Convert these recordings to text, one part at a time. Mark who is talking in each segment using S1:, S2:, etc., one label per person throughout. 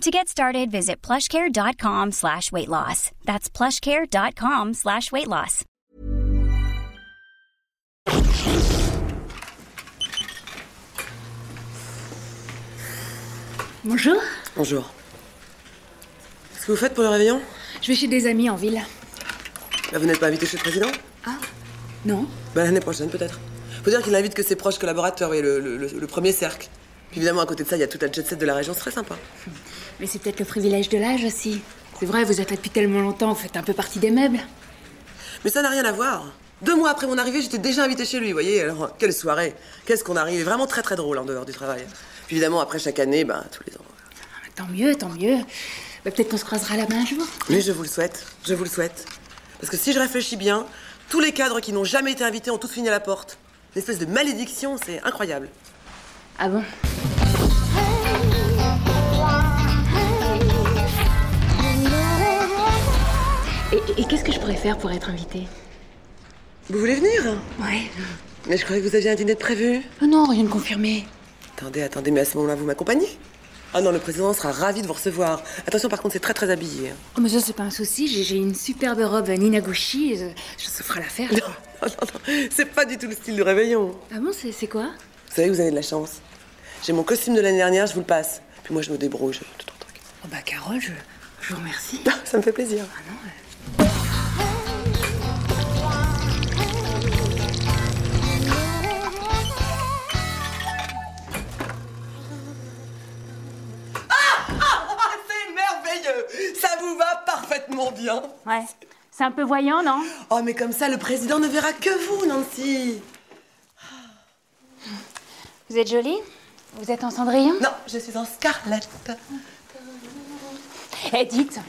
S1: To get started, visit plushcare.com slash weight loss. That's plushcare.com slash weight loss.
S2: Bonjour,
S3: Bonjour. Qu'est-ce que vous faites pour le réveillon
S2: je vais chez des amis en ville.
S3: Là, Vous n'êtes pas invité chez le président
S2: Ah, Non
S3: Bah, L'année prochaine, peut-être. Faut dire qu'il n'invite que ses proches collaborateurs, et le, le- le- le premier cercle. Puis évidemment, à côté de ça, il y a toute la jet set de la région, c'est très sympa.
S2: Mais c'est peut-être le privilège de l'âge aussi. C'est vrai, vous êtes là depuis tellement longtemps, vous faites un peu partie des meubles.
S3: Mais ça n'a rien à voir. Deux mois après mon arrivée, j'étais déjà invitée chez lui, vous voyez. Alors, quelle soirée Qu'est-ce qu'on arrive Vraiment très très drôle hein, en dehors du travail. Puis évidemment, après chaque année, bah, tous les ans.
S2: Ah, Tant mieux, tant mieux. Bah, peut-être qu'on se croisera là-bas un jour.
S3: Mais je vous le souhaite, je vous le souhaite. Parce que si je réfléchis bien, tous les cadres qui n'ont jamais été invités ont tous fini à la porte. Une espèce de malédiction, c'est incroyable.
S2: Ah bon Et, et qu'est-ce que je pourrais faire pour être invitée
S3: Vous voulez venir
S2: Ouais.
S3: Mais je croyais que vous aviez un dîner de prévu.
S2: Oh non, rien de confirmé.
S3: Attendez, attendez, mais à ce moment-là, vous m'accompagnez Ah non, le président sera ravi de vous recevoir. Attention, par contre, c'est très très habillé. hein.
S2: Oh, mais ça, c'est pas un souci, j'ai, j'ai une superbe robe Ninaguchi, je, je ça fera l'affaire. je crois.
S3: Non, non, non, c'est pas du tout le style du réveillon. Vous
S2: Ah bon, c'est, c'est quoi
S3: savez, vous avez de la chance. J'ai mon costume de l'année dernière, je vous le passe. Puis moi, je me débrouille. je- tout un truc.
S2: Oh bah, Carole, je, je vous remercie.
S3: Ah, Ça me fait plaisir. Ah, Ah, c'est merveilleux Ça vous va parfaitement bien.
S4: Ouais. C'est un peu voyant, non
S3: Oh, mais comme ça, le président ne verra que vous, Nancy.
S4: Vous êtes jolie Vous êtes en cendrillon
S3: Non, je suis en scarlett.
S4: Eh, dites,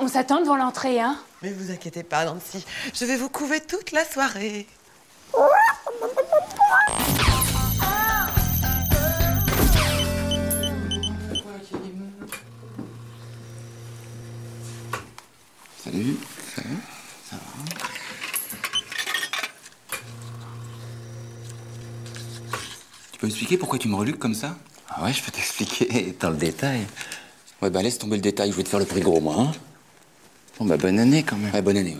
S4: on s'attend devant l'entrée, hein
S3: Mais vous inquiétez pas, Nancy. Je vais vous couver toute la soirée.
S5: Salut, ça va Ça va Tu peux m'expliquer pourquoi tu me reluques comme ça Ah ouais, je peux t'expliquer dans le détail. Ouais, bah laisse tomber le détail, je vais te faire le prix gros, moi. Hein bon, bah bonne année quand même. Ouais, bonne année.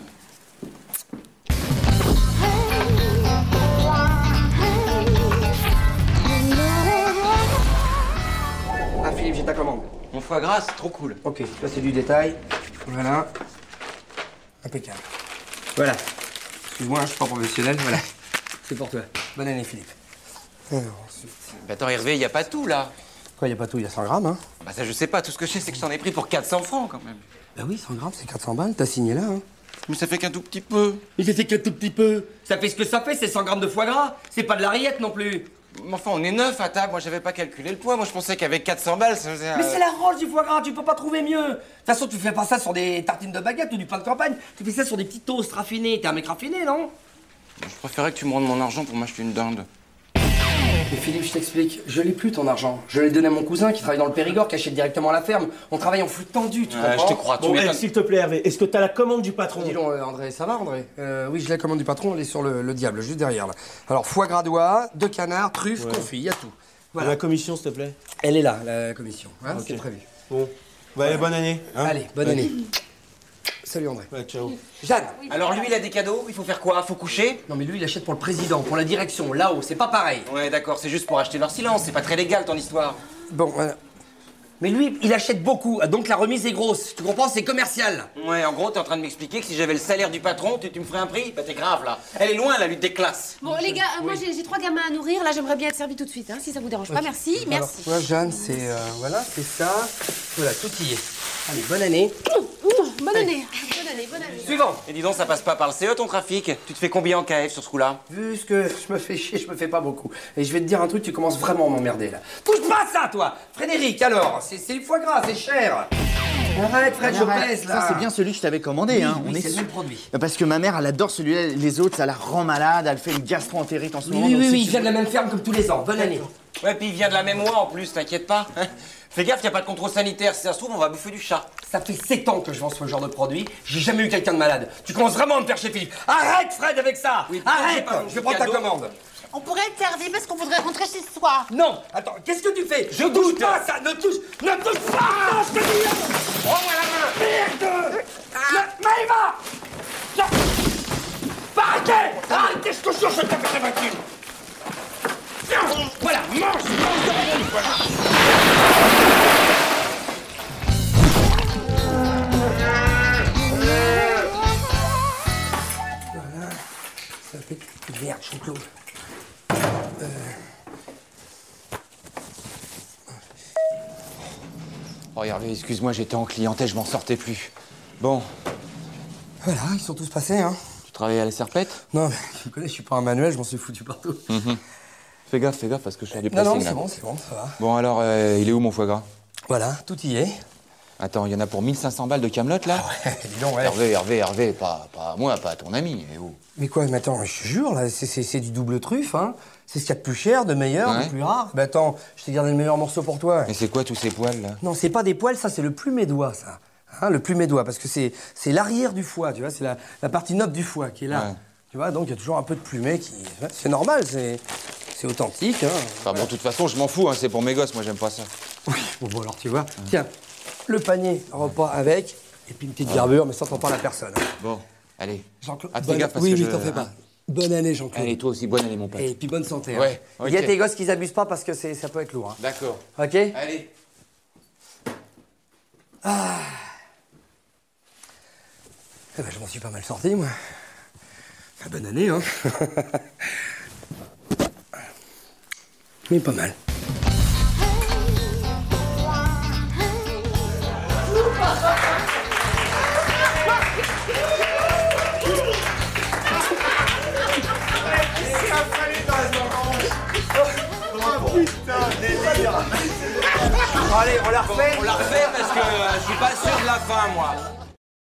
S6: Ah Philippe, j'ai ta commande.
S5: Mon foie gras, c'est trop cool.
S6: Ok, ça c'est du détail. Voilà. Impeccable. Voilà. Excuse-moi, hein, je suis pas professionnel, voilà. C'est pour toi. Bonne année Philippe.
S5: Bah attends, Hervé, y a pas tout là.
S6: Quoi, y a pas tout, y a 100 grammes, hein
S5: Bah ça, je sais pas, tout ce que je sais, c'est que je t'en ai pris pour 400 francs quand même.
S6: Bah oui, 100 grammes, c'est 400 balles, t'as signé là, hein
S5: Mais ça fait qu'un tout petit peu.
S6: Mais c'était qu'un tout petit peu Ça fait ce que ça fait, c'est 100 grammes de foie gras C'est pas de la rillette non plus
S5: Mais enfin, on est neuf à table, moi j'avais pas calculé le poids, moi je pensais qu'avec 400 balles, ça faisait.
S6: Mais
S5: euh,
S6: c'est la roche du foie gras, tu peux pas trouver mieux De toute façon, tu fais pas ça sur des tartines de baguette ou du pain de campagne, tu fais ça sur des petits toasts raffinés, t'es un mec raffiné, non
S5: Je préférais que tu me rendes mon argent pour m'acheter une dinde.
S6: Mais Philippe, je t'explique, je l'ai plus ton argent. Je l'ai donné à mon cousin qui travaille dans le Périgord, qui achète directement à la ferme. On travaille en flux tendu, tu
S5: Ouais,
S6: comprends
S5: je te crois, tu
S7: Bon, eh,
S5: m'étonnes.
S7: s'il te plaît, Hervé, est-ce que t'as la commande du patron
S6: Dis donc, euh, André, ça va, André Euh, Oui, je la commande du patron, elle est sur le, le diable, juste derrière, là. Alors, foie gras d'oie, deux canards, truffes, confit, y a tout. Voilà.
S7: La commission, s'il te plaît.
S6: Elle est là, la commission, hein, c'est
S7: Ok.
S6: prévu.
S7: Bon. Bah, eh, bonne année. hein.
S6: Allez, bonne année. Salut, André.
S7: Ouais, ciao.
S6: Jeanne
S8: Alors lui, il a des cadeaux, il faut faire quoi Faut coucher
S6: Non, mais lui, il achète pour le président, pour la direction, là-haut, c'est pas pareil.
S8: Ouais, d'accord, c'est juste pour acheter leur silence, c'est pas très légal ton histoire.
S6: Bon, voilà. Mais lui, il achète beaucoup, donc la remise est grosse. Tu comprends, c'est commercial.
S8: Ouais, en gros, t'es en train de m'expliquer que si j'avais le salaire du patron, tu, tu me ferais un prix Bah t'es grave là. Elle est loin la lutte des classes.
S9: Bon, les gars, euh, moi j'ai j'ai trois gamins à nourrir. Là, j'aimerais bien être servie tout de suite, hein, si ça vous dérange pas. Merci,
S6: Alors,
S9: merci.
S6: toi, Jeanne, c'est. euh, voilà, c'est ça. Voilà, tout y est. Allez, bonne année.
S9: Bonne année. Bonne année, bonne année.
S6: Suivant.
S8: Et dis donc, ça passe pas par le CE ton trafic Tu te fais combien en KF sur ce coup-là
S6: Vu ce que je me fais chier, je me fais pas beaucoup. Et je vais te dire un truc, tu commences vraiment à m'emmerder là. Touche pas à ça, toi Frédéric, alors C'est c'est le foie gras, c'est cher Arrête, Fred, je baisse, là
S10: Ça, c'est bien celui que je t'avais commandé. hein.
S6: oui, c'est le
S10: sûr.
S6: même produit.
S10: Parce que ma mère, elle adore celui-là. Les autres, ça la rend malade. Elle fait une gastro-entérite en ce
S6: Oui,
S10: moment.
S6: oui,
S10: donc
S6: oui,
S10: si
S6: oui,
S10: tu
S6: il vient de
S10: veux-
S6: la même ferme comme tous les ans. Bonne année.
S8: Ouais, puis il vient de la même oie en plus, t'inquiète pas. Fais gaffe, y a pas de contrôle sanitaire, si ça se trouve, on va bouffer du chat.
S6: Ça fait 7 ans que je vends ce genre de produit. J'ai jamais eu quelqu'un de malade. Tu commences vraiment à me faire chez Philippe. Arrête, Fred, avec ça
S8: Oui, pourquoi j'ai
S6: Arrête
S8: pas vendu
S6: Je vais prendre ta
S8: cadeau
S6: commande.
S9: On pourrait être servi parce qu'on voudrait rentrer chez soi.
S6: Non Attends, qu'est-ce que tu fais Je touche pas ça Ne touche Ne touche pas Je te dis Prends-moi la main Merde Ne- Maëva Je- Arrêtez Arrêtez, je te jure, je tape la voiture Tiens, Voilà, mange, mange de la vie, voilà. Voilà. Ça fait une merde, Jean-Claude.
S5: Regardez, excuse-moi, j'étais en clientèle, je m'en sortais plus. Bon,
S6: Voilà, ils sont tous passés, hein.
S5: tu travailles à la serpette
S6: Non, mais tu me connais, je suis pas un manuel, je m'en suis foutu partout.
S5: Fais gaffe, fais gaffe, parce que je suis du
S6: Non, non,
S5: pressing,
S6: c'est
S5: là.
S6: bon, c'est bon, ça va.
S5: Bon, alors, euh, il est où mon foie gras
S6: Voilà, tout y est.
S5: Attends, il y en a pour 1500 balles de Camelot là
S6: Dis donc, Ah ouais.
S5: Hervé, Hervé, Hervé, pas, pas à moi, pas à ton ami. eh oh.
S6: Mais quoi, mais attends, je te jure, là, c'est- c'est c'est du double truffe, hein. C'est ce qu'il y a de plus cher, de meilleur,
S5: Ouais.
S6: de plus rare. Mais attends, je t'ai gardé le meilleur morceau pour toi.
S5: Mais c'est quoi tous ces poils là
S6: Non, c'est pas des poils, ça, c'est le plumédois, ça. Hein, le plumédois, parce que c'est c'est l'arrière du foie, tu vois, c'est la, la partie noble du foie qui est là.
S5: Ouais.
S6: Tu vois, donc il y a toujours un peu de plumet qui. C'est normal, c'est c'est authentique, hein.
S5: Enfin bon, de toute façon, je m'en fous, hein, c'est pour mes gosses, moi j'aime pas ça.
S6: Oui, bon, bon, alors tu vois. Tiens, le panier repas avec, et puis une petite garbure, mais ça t'en parle à personne.
S5: Bon, allez.
S6: Jean-Claude,
S5: Ah, fais
S6: bonne-
S5: gaffe parce
S6: oui,
S5: que
S6: oui,
S5: je-
S6: t'en fais pas.
S5: hein.
S6: Bonne année, Jean-Claude.
S5: Allez, toi aussi, bonne année mon pote.
S6: Et puis bonne santé.
S5: Ouais,
S6: hein.
S5: ok.
S6: Il y a tes gosses qui abusent pas parce que c'est- ça peut être lourd. hein.
S5: D'accord.
S6: Ok
S5: Allez.
S6: Ah. Eh ben, je m'en suis pas mal sorti, moi. Enfin, bonne année, hein. Mais pas mal.
S8: On la refait parce que euh, je suis pas sûr de la fin, moi.